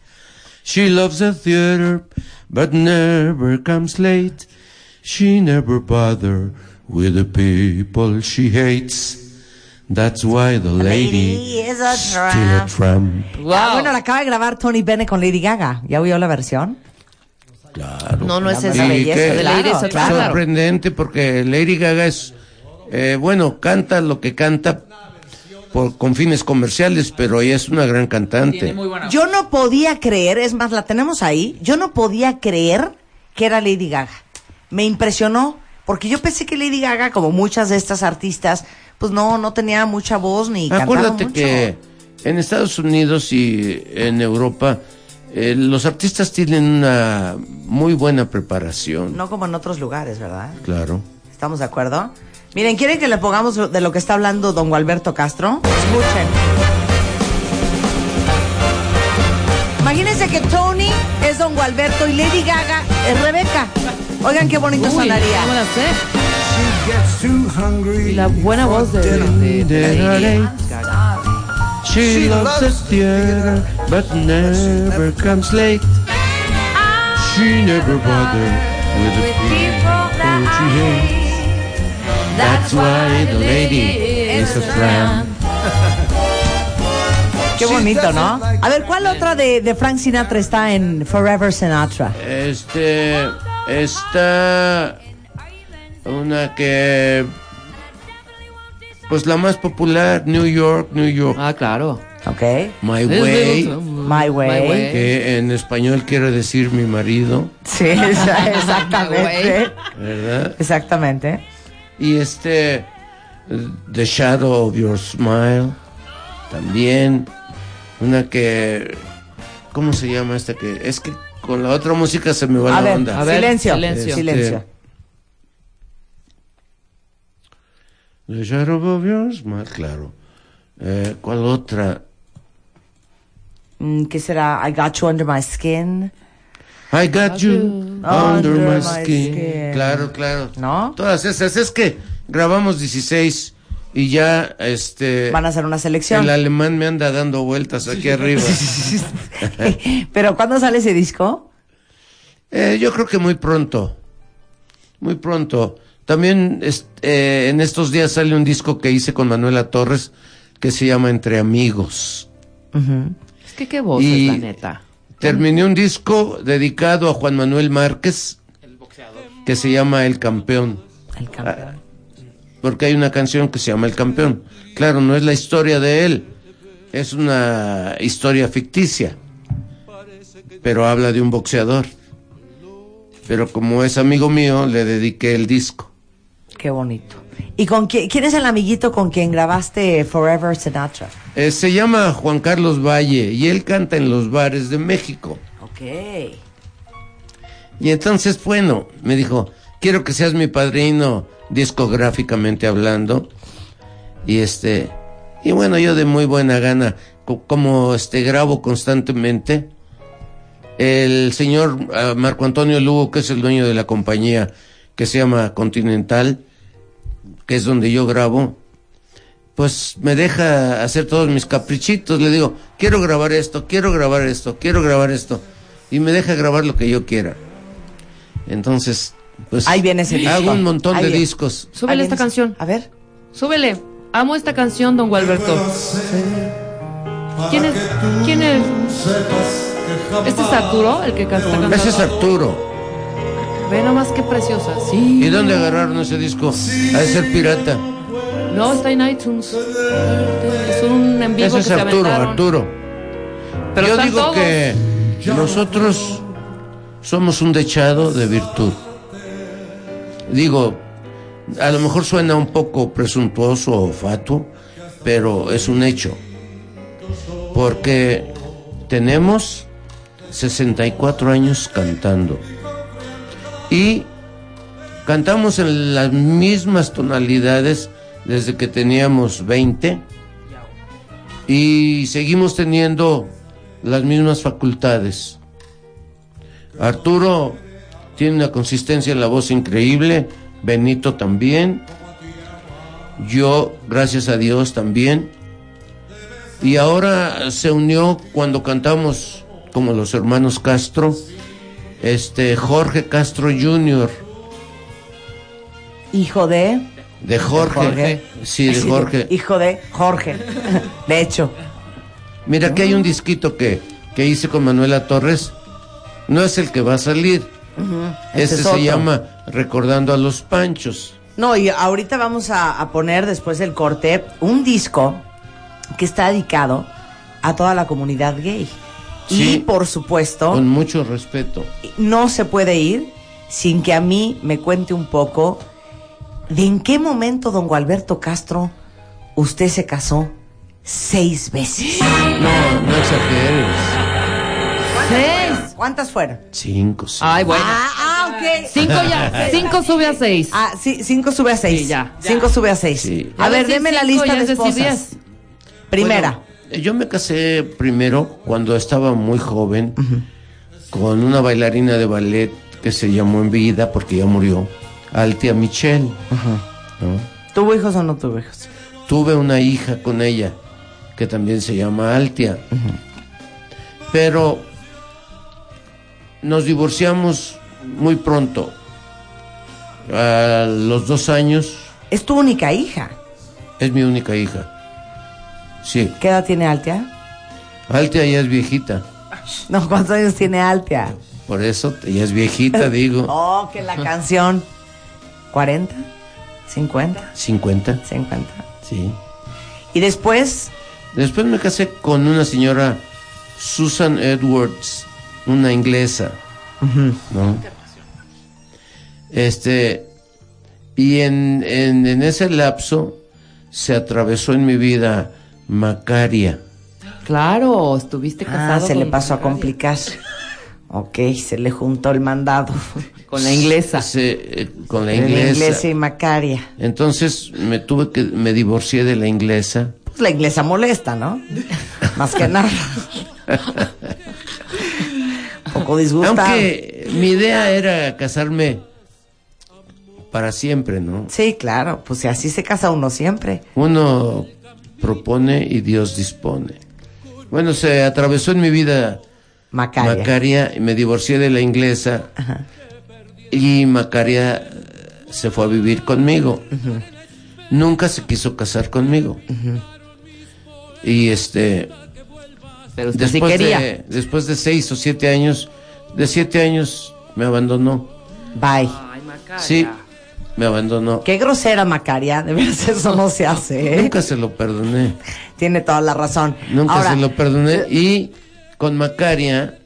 D: She loves the theater, but never comes late. She never bother with the people she hates. That's why the
B: lady
D: lady
B: is a
D: still a
B: tramp.
D: tramp.
C: Wow.
B: Ah, bueno, la acaba de grabar Tony Bennett con Lady Gaga. ¿Ya oyó la versión?
D: Claro.
B: No, no es
D: Y
B: esa belleza.
D: qué
C: de la
B: claro,
C: iris al
B: claro.
C: claro.
D: sorprendente porque Lady Gaga es eh, bueno canta lo que canta por con fines comerciales, pero ella es una gran cantante.
F: Tiene muy buena.
B: Yo no podía creer, es más, la tenemos ahí. Yo no podía creer que era Lady Gaga. Me impresionó, porque yo pensé que Lady Gaga, como muchas de estas artistas, pues no, no tenía mucha voz ni
D: Acuérdate
B: cantaba mucho.
D: que en Estados Unidos y en Europa eh, los artistas tienen una muy buena preparación.
B: No como en otros lugares, ¿verdad?
D: Claro.
B: ¿Estamos de acuerdo? Miren, ¿quieren que le pongamos lo- de lo que está hablando don Gualberto Castro? Escuchen. Imagínense que Tony es don Gualberto y Lady Gaga es Rebeca. Oigan qué bonito
C: Uy,
B: sonaría.
C: ¿cómo la sé?
E: hungry
C: Y la buena voz de, de- de la Lady Gaga.
D: She loves the theater, but never comes late. She never bothered with the people that she hates. That's why the lady is a tramp.
B: Qué bonito, ¿no? A ver, ¿cuál otra de, de Frank Sinatra está en Forever Sinatra?
D: Este está una que pues la más popular New York, New York,
C: Ah, claro.
B: Ok.
D: My Way,
B: My way.
D: que en español quiere decir mi marido,
B: Sí, esa- exactamente.
D: ¿verdad?
B: Exactamente.
D: Y este The Shadow of Your Smile también una que ¿cómo se llama esta que es que con la otra música se me va
B: A
D: la
B: ver,
D: onda? Este,
C: a ver,
B: silencio,
C: silencio.
B: silencio.
D: The Shadow of Your Smile, claro. Eh, ¿Cuál otra?
B: Mm, ¿Qué será? I Got You Under My Skin.
D: I got you under my skin.
B: skin.
D: Claro, claro.
B: ¿No?
D: Todas esas. Es que grabamos 16 y ya este.
B: Van a hacer una selección.
D: el alemán me anda dando vueltas aquí arriba.
B: Pero ¿cuándo sale ese disco?
D: Eh, yo creo que muy pronto. Muy pronto. También est- eh, en estos días sale un disco que hice con Manuela Torres que se llama Entre Amigos.
C: Es que qué voz es
D: Y-
C: la neta.
D: Terminé un disco dedicado a Juan Manuel Márquez, que se llama El Campeón,
B: El campeón.
D: porque hay una canción que se llama El Campeón. Claro, no es la historia de él, es una historia ficticia, pero habla de un boxeador. Pero como es amigo mío, le dediqué el disco. Ah.
B: Qué bonito. ¿Y con quién, quién es el amiguito con quien grabaste Forever Sinatra?
D: Eh, se llama Juan Carlos Valle y él canta en los bares de México.
B: Ok.
D: Y entonces, bueno, me dijo, quiero que seas mi padrino discográficamente hablando. Y este, y bueno, yo de muy buena gana, co- como este grabo constantemente, el señor ah, Marco Antonio Lugo, que es el dueño de la compañía que se llama Continental, que es donde yo grabo, pues me deja hacer todos mis caprichitos. Le digo, quiero grabar esto, quiero grabar esto, quiero grabar esto. Y me deja grabar lo que yo quiera. Entonces, pues
B: Ahí viene ese disco.
D: hago un montón
B: Ahí
D: de
B: viene.
D: discos.
C: Súbele
B: Ahí
C: esta
B: viene.
C: canción.
B: A ver.
C: Súbele. Amo esta canción, don Gualberto. ¿Quién es? ¿Quién es? ¿Este es Arturo, el que can- está cantando?
D: Ese es Arturo.
C: Ve nomás qué preciosa. Sí.
D: ¿Y dónde agarraron ese disco? A de ser pirata.
C: No, está en iTunes. Es un en vivo
D: Ese
C: que
D: es
C: se
D: Arturo,
C: aventaron.
D: Arturo.
C: Pero
D: Yo
C: están
D: digo
C: todos.
D: que nosotros somos un dechado de virtud. Digo, a lo mejor suena un poco presuntuoso o fatuo, pero es un hecho. Porque tenemos 64 años cantando. Y cantamos en las mismas tonalidades desde que teníamos 20 y seguimos teniendo las mismas facultades. Arturo tiene una consistencia en la voz increíble, Benito también, yo, gracias a Dios, también. Y ahora se unió cuando cantamos como los hermanos Castro, este Jorge Castro Jr.,
B: Hijo de.
D: de Jorge, Eh, sí, de
B: Así
D: Jorge.
B: Hijo de Jorge. De hecho.
D: Mira, aquí
B: Ah.
D: hay un disquito que, que hice con Manuela Torres. No es el que va a salir.
B: Ese
D: Este
B: es otro.
D: se llama Recordando a los Panchos.
B: No, y ahorita vamos a, a poner después del corte un disco que está dedicado a toda la comunidad gay. Y
D: Sí.
B: por supuesto,
D: Con mucho respeto.
B: no se puede ir sin que a mí me cuente un poco de en qué momento don Gualberto Castro usted se casó seis veces.
D: No, no exageres.
C: Seis.
B: ¿Cuántas fueron?
D: Cinco, sí.
C: Ay, bueno.
B: Ah, ah, ok.
C: Cinco ya. Cinco sube a seis.
B: Ah, sí, cinco sube a seis.
C: Sí, ya.
B: Cinco sube a seis.
D: Sí.
B: A ver,
C: decir
B: deme la
C: cinco
B: lista
C: ya
B: de
C: es decir
B: esposas.
C: diez.
B: Primera.
D: Yo me casé primero cuando estaba muy joven con una bailarina de ballet que se llamó en vida porque ya murió, Altia Michelle. ¿no?
B: ¿Tuvo hijos o no tuvo hijos?
D: Tuve una hija con ella, que también se llama Altia. Pero nos divorciamos muy pronto. A los dos años
B: Es tu única hija.
D: es mi única hija. Sí,
B: ¿Qué edad tiene Altia?
D: Altia ya es viejita.
B: No, ¿cuántos años tiene Altia?
D: Por eso ella es viejita, digo.
B: Oh, que la canción. ¿40? ¿50?
D: 50,
B: ¿50?
D: sí.
B: Y después,
D: Después me casé con una señora Susan Edwards, una inglesa, ¿no? Este y en, en- en ese lapso se atravesó en mi vida Macaria.
C: Claro, estuviste
B: ah,
C: casado.
B: se le
C: con-
B: pasó a complicar. Ok, se le juntó el mandado.
C: Con la inglesa.
D: Se- eh, con la
B: Entre La
D: inglesa.
B: inglesa y Macaria.
D: Entonces me tuve que me divorcié de la inglesa.
B: Pues la inglesa molesta, ¿no? Más que nada. Un poco disgustado.
D: Aunque mi idea era casarme para siempre, ¿no?
B: Sí, claro, pues si así se casa uno siempre.
D: Uno propone y Dios dispone. Bueno, se atravesó en mi vida
B: Macaria.
D: Macaria y me divorcié de la inglesa y Macaria eh, se fue a vivir conmigo. Nunca se quiso casar conmigo. Y este,
C: Pero
B: Pues,
C: usted sí
D: después
C: quería.
D: de, después de seis o siete años, de siete años me abandonó.
B: Bye.
C: Ay, Macaria.
D: Sí, Me abandonó.
B: Qué grosera, Macaria. De veras, eso no se hace. ¿eh?
D: Nunca se lo perdoné.
B: Tiene toda la razón.
D: Nunca
B: Ahora, eh,
D: se lo perdoné. Y con Macaria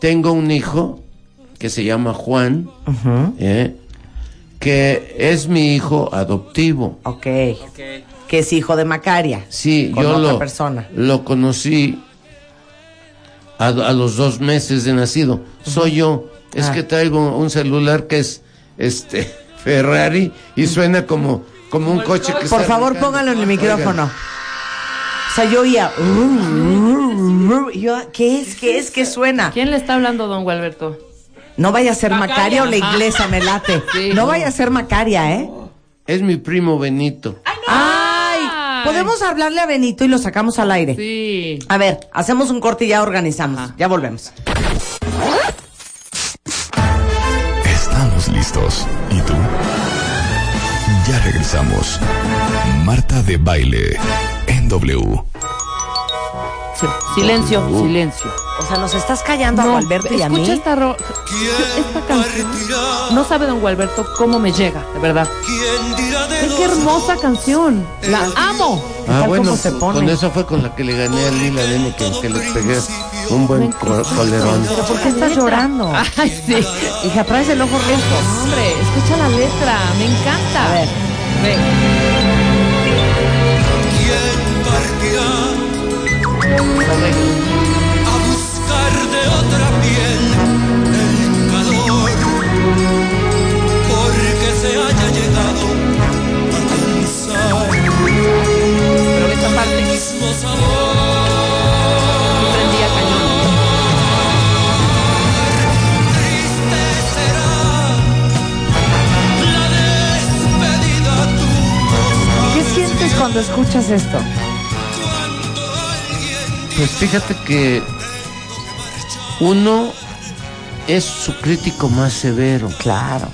D: tengo un hijo que se llama Juan, ¿eh? que es mi hijo adoptivo.
B: Ok. Que es hijo de Macaria.
D: Sí,
B: Con
D: yo
B: otra
D: lo,
B: persona.
D: lo conocí a, a los dos meses de nacido. Soy yo. Es
B: Ah.
D: que traigo un celular que es este Ferrari y suena como, como un coche que
B: Por
D: está
B: favor,
D: arrancando.
B: póngalo en el
D: Oigan,
B: micrófono. O sea, yo oía. "Uh, uh, uh", y yo, ¿Qué es? ¿Qué es? ¿Qué suena?
C: ¿Quién le está hablando, don Gualberto?
B: No vaya a ser Macaria
F: Macaria.
B: o la iglesia, me late.
C: Sí.
B: No vaya a ser Macaria, ¿eh?
D: Es mi primo Benito.
B: ¡Ay! Podemos hablarle a Benito y lo sacamos al aire.
C: Sí.
B: A ver, hacemos un corte y ya organizamos.
C: Ajá.
B: Ya volvemos.
A: Estamos listos. ¿Y tú? Ya regresamos. Marta de baile en W.
C: Silencio, silencio.
B: O sea, nos estás callando a Alberto y a
C: escucha
B: mí.
C: esta, ro- esta canción. No sabe don Gualberto cómo me llega, de verdad.
E: ¿Quién dirá de
C: Es que
E: los
C: hermosa canción. La amo.
D: Ah,
B: tal
D: bueno,
B: como se pone.
D: con eso fue con la que le gané a Lila Deme que, que le pegué un buen co- colerón.
B: Pero ¿por qué estás llorando?
C: Ay, Ah, sí.
B: Hija, traes el ojo rojo.
C: Hombre, escucha la letra. Me encanta.
B: A ver.
C: Ve.
E: ¿Quién partirá?
C: Correcto.
E: a buscar de otra piel el calor, porque se haya llegado a cansar
C: Pero esta parte
E: el
C: que
E: mismo sabor.
C: prendía cañón.
E: Triste será la despedida tu
B: ¿Qué sientes cuando escuchas esto?
C: Pues
E: cuando alguien
D: Pues fíjate que uno es su crítico más severo.
B: Claro.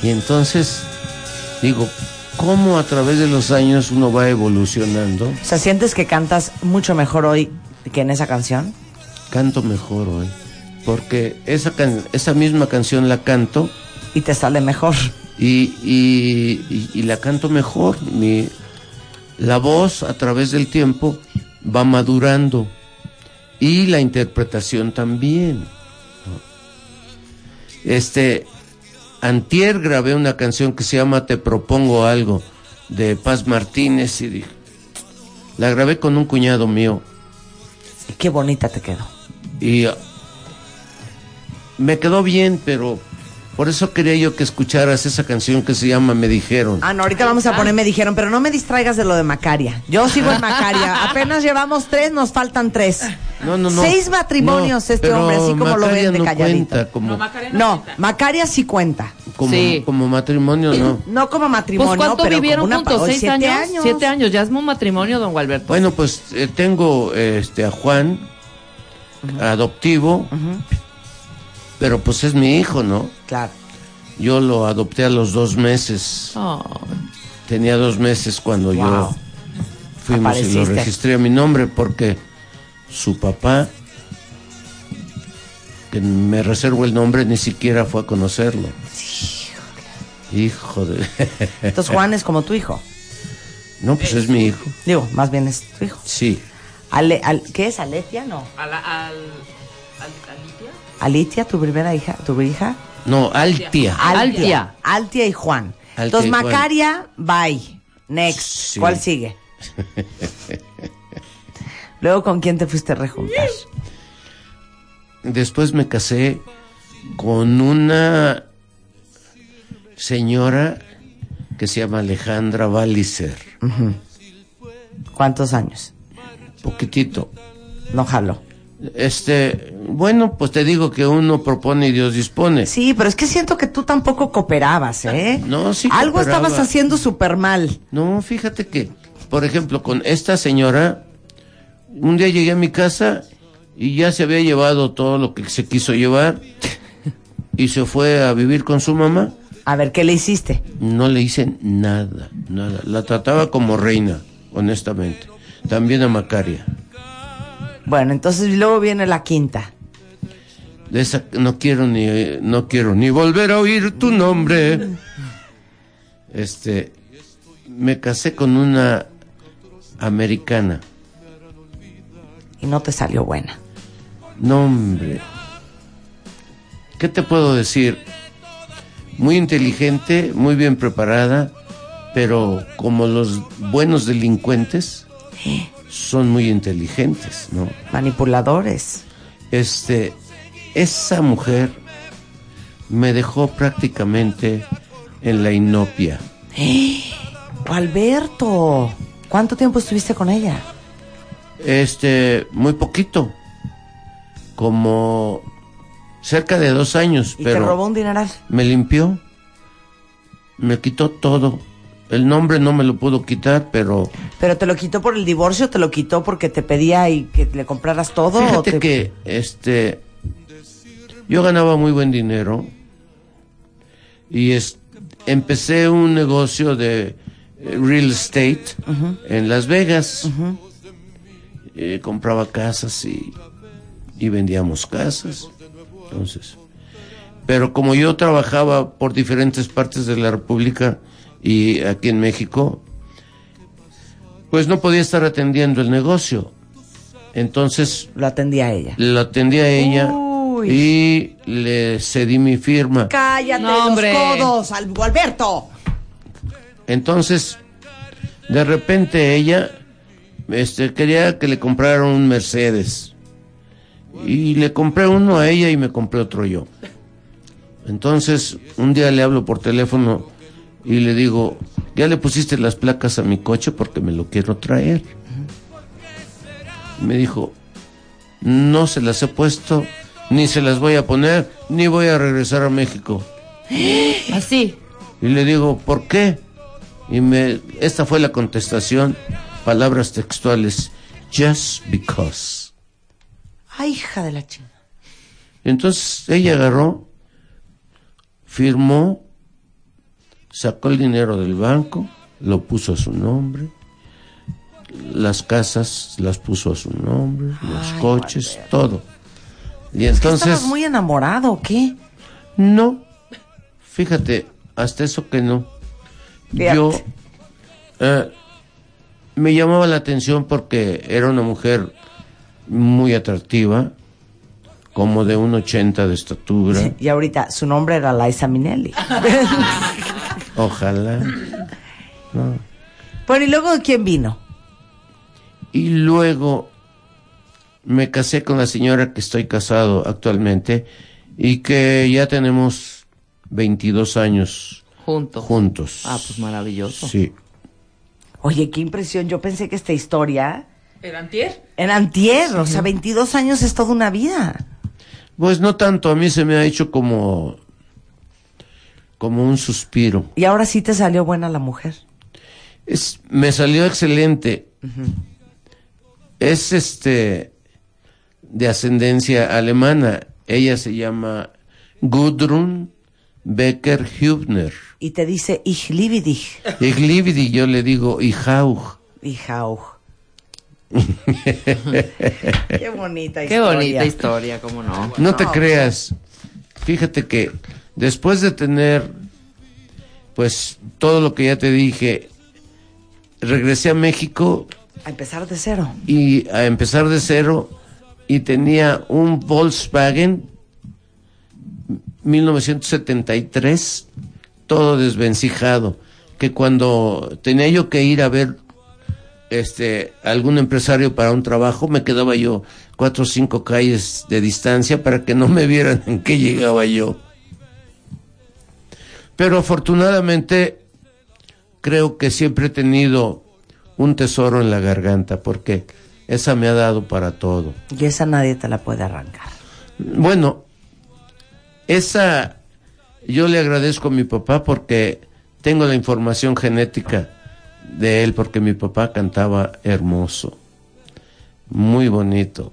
D: Y entonces, digo, ¿cómo a través de los años uno va evolucionando?
B: O sea, ¿sientes que cantas mucho mejor hoy que en esa canción?
D: Canto mejor hoy. Porque esa, can- esa misma canción la canto
B: Y te sale mejor.
D: y, y- y- y la canto mejor. Mi, la voz a través del tiempo va madurando y la interpretación también. ¿no? Este, antier grabé una canción que se llama Te propongo algo de Paz Martínez y dije, la grabé con un cuñado mío
B: Y qué bonita te quedó.
D: y ah, me quedó bien, pero por eso quería yo que escucharas esa canción que se llama Me dijeron.
B: Ah, no, ahorita vamos a poner, me dijeron, pero no me distraigas de lo de Macaria. Yo sigo en Macaria. Apenas llevamos tres, nos faltan tres.
D: No, no, no.
B: Seis matrimonios
D: No,
B: este
D: pero
B: hombre, así como lo
D: Macaria
B: ven de
D: no
B: calladito.
D: cuenta como,
F: No, Macaria no.
B: No,
F: cuenta.
B: Macaria sí cuenta.
D: como,
C: Sí.
D: como matrimonio, no.
B: No como matrimonio,
C: Pues cuánto
B: pero
C: vivieron
B: como una
C: juntos,
B: pa-
C: seis
B: siete
C: años? siete años, ya es un matrimonio, don Gualberto.
D: Bueno, pues eh, tengo eh, este a Juan, adoptivo, pero pues es mi hijo, ¿no?
B: Claro.
D: Yo lo adopté a los dos meses.
C: Oh.
D: Tenía dos meses cuando yo fuimos y
B: Apareciste.
D: lo registré a mi nombre porque su papá, que me reservo el nombre, ni siquiera fue a conocerlo. Hijo de...
B: Entonces Juan es como tu hijo.
D: No, pues es mi hijo.
B: Digo, más bien es tu hijo.
D: Sí.
B: Ale- al- ¿Qué es? ¿Aletia? No.
F: A la, al, al, al Lidia.
B: ¿Alitia, tu primera hija? ¿Tu hija?
D: No, Altia.
C: Altia.
B: Altia. Altia y Juan.
D: Altia
B: Entonces,
D: y Juan.
B: Macaria, bye. Next.
D: Sí.
B: ¿Cuál sigue? Luego, ¿con quién te fuiste a rejuntar?
D: Después me casé con una señora que se llama Alejandra Balicer.
B: ¿Cuántos años?
D: Poquitito.
B: No jalo.
D: Este, bueno, pues te digo que uno propone y Dios dispone.
B: Sí, pero es que siento que tú tampoco cooperabas, ¿eh?
D: No, sí
B: Algo
D: cooperaba.
B: estabas haciendo súper mal.
D: No, fíjate que, por ejemplo, con esta señora, un día llegué a mi casa y ya se había llevado todo lo que se quiso llevar y se fue a vivir con su mamá.
B: A ver, ¿qué le hiciste?
D: No le hice nada, nada. La trataba como reina, honestamente. También a Macaria.
B: Bueno, entonces luego viene la quinta.
D: De esa no quiero ni no quiero ni volver a oír tu nombre. Este, me casé con una americana.
B: Y no te salió buena.
D: No, hombre. ¿Qué te puedo decir? Muy inteligente, muy bien preparada, pero como los buenos delincuentes, son muy inteligentes, ¿no?
B: Manipuladores.
D: Este, esa mujer me dejó prácticamente en la inopia.
B: Alberto, ¿cuánto tiempo estuviste con ella?
D: Este, muy poquito. Como cerca de dos años,
B: Y
D: pero
B: te robó un dineral.
D: me limpió. Me quitó todo. El nombre no me lo pudo quitar, pero
B: ¿Pero te lo quitó por el divorcio? ¿Te lo quitó porque te pedía y que le compraras todo? o
D: fíjate
B: te-
D: que este yo ganaba muy buen dinero y es- empecé un negocio de eh, real estate en Las Vegas. Eh, compraba casas y, y vendíamos casas. Entonces, pero como yo trabajaba por diferentes partes de la República y aquí en México, pues no podía estar atendiendo el negocio. Entonces
B: Lo atendía a ella.
D: la atendí a ella
B: Uy.
D: y le cedí mi firma.
B: ¡Cállate
C: No, hombre.
B: los codos, Al- Alberto!
D: Entonces, de repente ella este, quería que le comprara un Mercedes. Y le compré uno a ella y me compré otro yo. Entonces, un día le hablo por teléfono y le digo, ya le pusiste las placas a mi coche porque me lo quiero traer. Me dijo, no se las he puesto, ni se las voy a poner, ni voy a regresar a México.
C: Así.
D: Y le digo, ¿por qué? Y me, esta fue la contestación, palabras textuales, just because.
B: ¡Ay, hija de la chingada!
D: Entonces ella agarró, firmó, sacó el dinero del banco, lo puso a su nombre, las casas las puso a su nombre, los coches, todo. Y entonces,
B: ¿Estabas muy enamorado o qué?
D: no, fíjate, hasta eso que no.
B: Fíjate.
D: Yo eh, me llamaba la atención porque era una mujer muy atractiva, como de un 80 de estatura.
B: Y ahorita, su nombre era Liza Minelli.
D: Ojalá.
B: bueno, ¿y luego quién vino?
D: Y luego me casé con la señora que estoy casado actualmente y que ya tenemos 22 años
C: Juntos.
D: juntos.
C: Ah, pues maravilloso.
D: Sí.
B: Oye, qué impresión. Yo pensé que esta historia
F: ¿El antier?
B: era antier. O sea, 22 años es toda una vida.
D: Pues no tanto, a mí se me ha hecho como como un suspiro.
B: Y ahora sí te salió buena la mujer.
D: Es, me salió excelente. Es este de ascendencia alemana. Ella se llama Gudrun Becker Hübner.
B: Y te dice, ich liebe dich.
D: Y Glibidi, yo le digo Ijaug.
B: Hija, uj. Qué bonita historia.
C: Qué bonita historia, cómo no.
D: No te creas. Fíjate que después de tener pues todo lo que ya te dije, regresé a México
B: A empezar de cero.
D: y a empezar de cero y tenía un Volkswagen 1973 todo desvencijado que cuando tenía yo que ir a ver este algún empresario para un trabajo me quedaba yo cuatro o cinco calles de distancia para que no me vieran en qué llegaba yo pero afortunadamente creo que siempre he tenido un tesoro en la garganta porque esa me ha dado para todo.
B: Y esa nadie te la puede arrancar.
D: Bueno, esa yo le agradezco a mi papá porque tengo la información genética de él porque mi papá cantaba hermoso, muy bonito.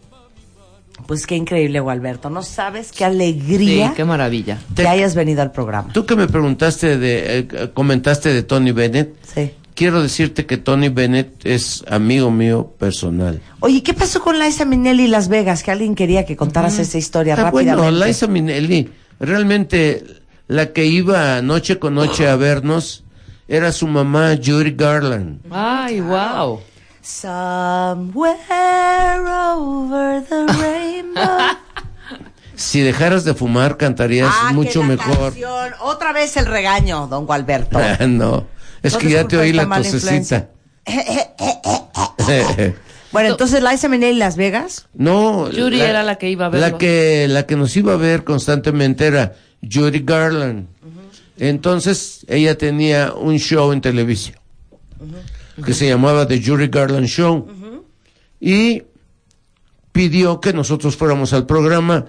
B: Pues qué increíble, Gualberto. No sabes qué alegría
C: Sí, qué maravilla.
B: que hayas venido al programa.
D: Tú que me preguntaste de eh, comentaste de Tony Bennett,
B: Sí.
D: quiero decirte que Tony Bennett es amigo mío personal.
B: Oye, ¿qué pasó con Liza Minelli y Las Vegas? Que alguien quería que contaras esa historia
D: Ah,
B: rápidamente.
D: Bueno, Liza Minnelli, realmente la que iba noche con noche a vernos era su mamá Judy Garland.
C: Ay, wow.
B: Somewhere over the rainbow.
D: Si dejaras de fumar, cantarías
B: Ah, que
D: mucho
B: la
D: mejor.
B: canción. Otra vez el regaño, don Gualberto.
D: Ah, no, es
B: No
D: que
B: te
D: ya te
B: escucho
D: oí
B: esta
D: la
B: mala
D: tosecita.
B: Bueno, entonces la SMN y Las Vegas.
D: no,
C: Judy era la que iba a verlo.
D: La que, la que nos iba a ver constantemente era Judy Garland. Entonces ella tenía un show en televisión que se llamaba The Judy Garland Show. y pidió que nosotros fuéramos al programa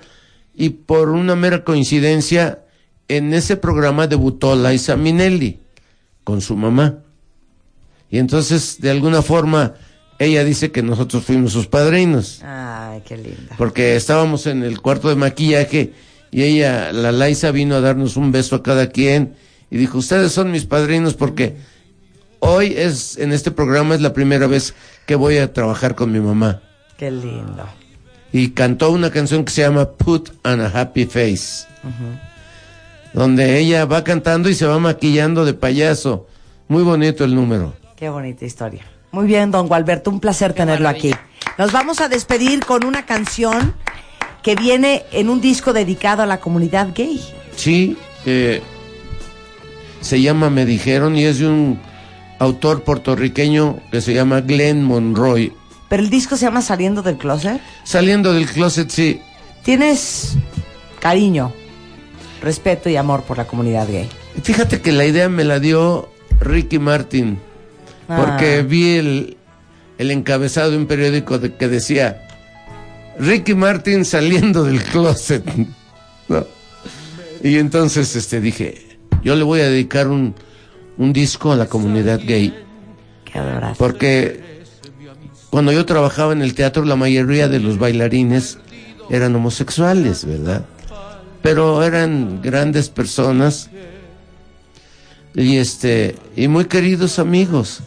D: y por una mera coincidencia en ese programa debutó Liza Minelli con su mamá. Y entonces de alguna forma ella dice que nosotros fuimos sus padrinos
B: Ay, qué linda.
D: porque estábamos en el cuarto de maquillaje y ella, la Laisa, vino a darnos un beso a cada quien y dijo, ustedes son mis padrinos porque hoy es, en este programa es la primera vez que voy a trabajar con mi mamá.
B: Qué lindo.
D: Y cantó una canción que se llama Put on a Happy Face, donde ella va cantando y se va maquillando de payaso. Muy bonito el número.
B: Qué bonita historia. Muy bien, don Gualberto, un placer tenerlo aquí. Nos vamos a despedir con una canción que viene en un disco dedicado a la comunidad gay.
D: Sí, eh, se llama Me Dijeron y es de un autor puertorriqueño que se llama Glenn Monroy.
B: Pero el disco se llama Saliendo del Closet.
D: Saliendo del closet, sí.
B: Tienes cariño, respeto y amor por la comunidad gay.
D: Fíjate que la idea me la dio Ricky Martin,
B: Ah.
D: porque vi el, el encabezado de un periódico de- que decía, Ricky Martin saliendo del closet. ¿no? Y entonces este, dije, yo le voy a dedicar un, un disco a la comunidad gay.
B: Qué adorable.
D: Porque cuando yo trabajaba en el teatro, la mayoría de los bailarines eran homosexuales, ¿verdad? Pero eran grandes personas y este y muy queridos amigos.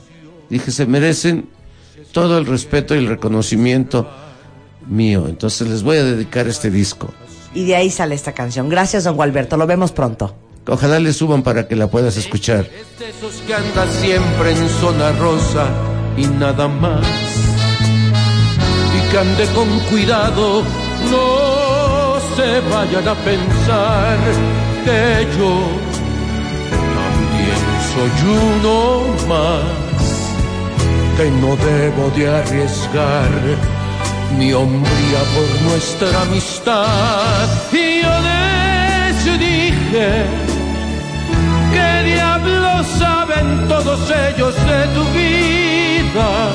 D: Dije, se merecen todo el respeto y el reconocimiento mío. Entonces les voy a dedicar este disco.
B: Y de ahí sale esta canción. Gracias, don Gualberto. Lo vemos pronto.
D: Ojalá le suban para que la puedas escuchar.
E: Este Es de esos que anda siempre en zona rosa y nada más. Y que ande con cuidado, no se vayan a pensar que yo también soy uno más. Que no debo de arriesgar mi hombría por nuestra amistad. Y yo les dije ¿Qué diablos saben todos ellos de tu vida?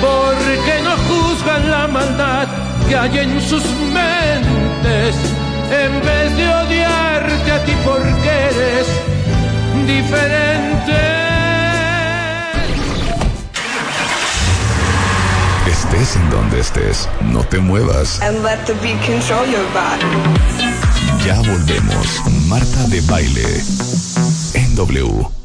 E: ¿Por qué no juzgan la maldad que hay en sus mentes? En vez de odiarte a ti porque eres diferente.
A: Estés en donde estés, no te muevas.
H: and let the beat control your body.
A: Ya volvemos. Marta de baile en W.